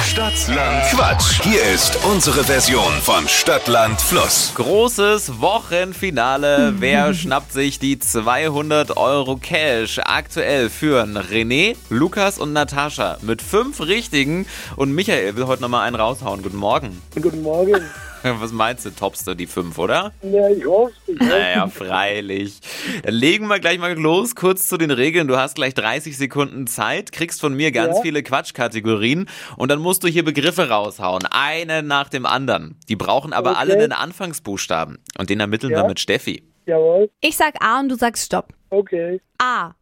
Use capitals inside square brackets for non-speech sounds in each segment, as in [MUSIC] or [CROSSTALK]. Stadtland Quatsch. Hier ist unsere Version von Stadtland Fluss. Großes Wochenfinale. Wer schnappt sich die 200 Euro Cash? Aktuell führen René, Lukas und Natascha mit fünf Richtigen. Und Michael will heute nochmal einen raushauen. Guten Morgen. [LAUGHS] Guten Morgen. Was meinst du, toppst du die fünf, oder? Ja, ich hoffe. Ich hoffe. [LAUGHS] Naja, freilich. Dann legen wir gleich mal los, kurz zu den Regeln. Du hast gleich 30 Sekunden Zeit, kriegst von mir ganz Ja. viele Quatschkategorien und dann musst du hier Begriffe raushauen, einen nach dem anderen. Die brauchen aber alle Okay. einen Anfangsbuchstaben und den ermitteln wir Ja. mit Steffi. Jawohl. Ich sag A und du sagst Stopp. Okay. A.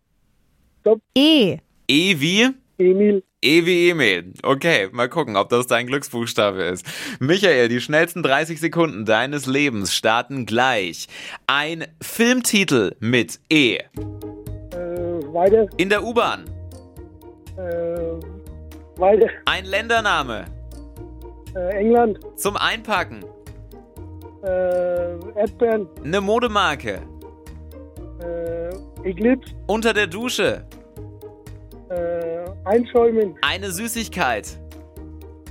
Stopp. E. E wie? Emil. E wie Emil. Okay, mal gucken, ob das dein Glücksbuchstabe ist. Michael, die schnellsten 30 Sekunden deines Lebens starten gleich. Ein Filmtitel mit E. Äh, weiter. In der U-Bahn. Äh, weiter. Ein Ländername. Äh, England. Zum Einpacken. Äh, Erdbeeren. Eine Modemarke. Äh, Eclipse. Unter der Dusche. Äh, einschäumen. Eine Süßigkeit.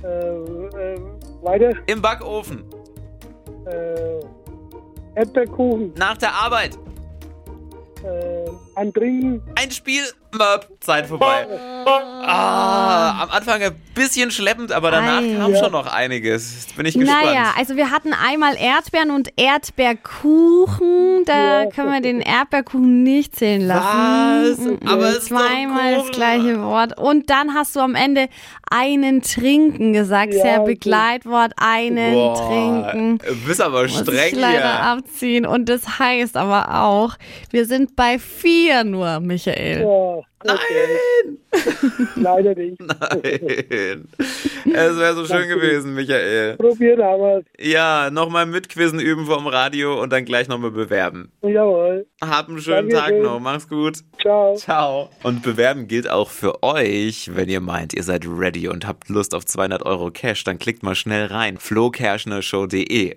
Äh, äh, weiter. Im Backofen. Äh, Erdbeerkuchen. Nach der Arbeit. Äh, antrinken. Ein Spiel. Möp. Zeit vorbei. Ah, am Anfang ein bisschen schleppend, aber danach Ei. kam schon noch einiges. Jetzt bin ich gespannt. Naja, also wir hatten einmal Erdbeeren und Erdbeerkuchen. Da können wir den Erdbeerkuchen nicht zählen Was? lassen. Mm-mm. Aber es ist doch Zweimal das Kuchen. gleiche Wort. Und dann hast du am Ende einen Trinken gesagt. Ja, Sehr okay. Begleitwort, einen Trinken. Bist aber Muss streng ich leider hier. abziehen. Und das heißt aber auch, wir sind bei vier nur, Michael. Ja, okay. Leider nicht. Nein. Es wäre so schön gewesen, Michael. Probieren haben Ja, nochmal mitquizzen üben vom Radio und dann gleich nochmal bewerben. wir Jawohl. Hab einen schönen Tag Dankeschön. noch. Mach's gut. Ciao. Ciao. Und bewerben gilt auch für euch, wenn ihr meint, ihr seid ready und habt Lust auf 200 Euro Cash, dann klickt mal schnell rein. flokerschnershow.de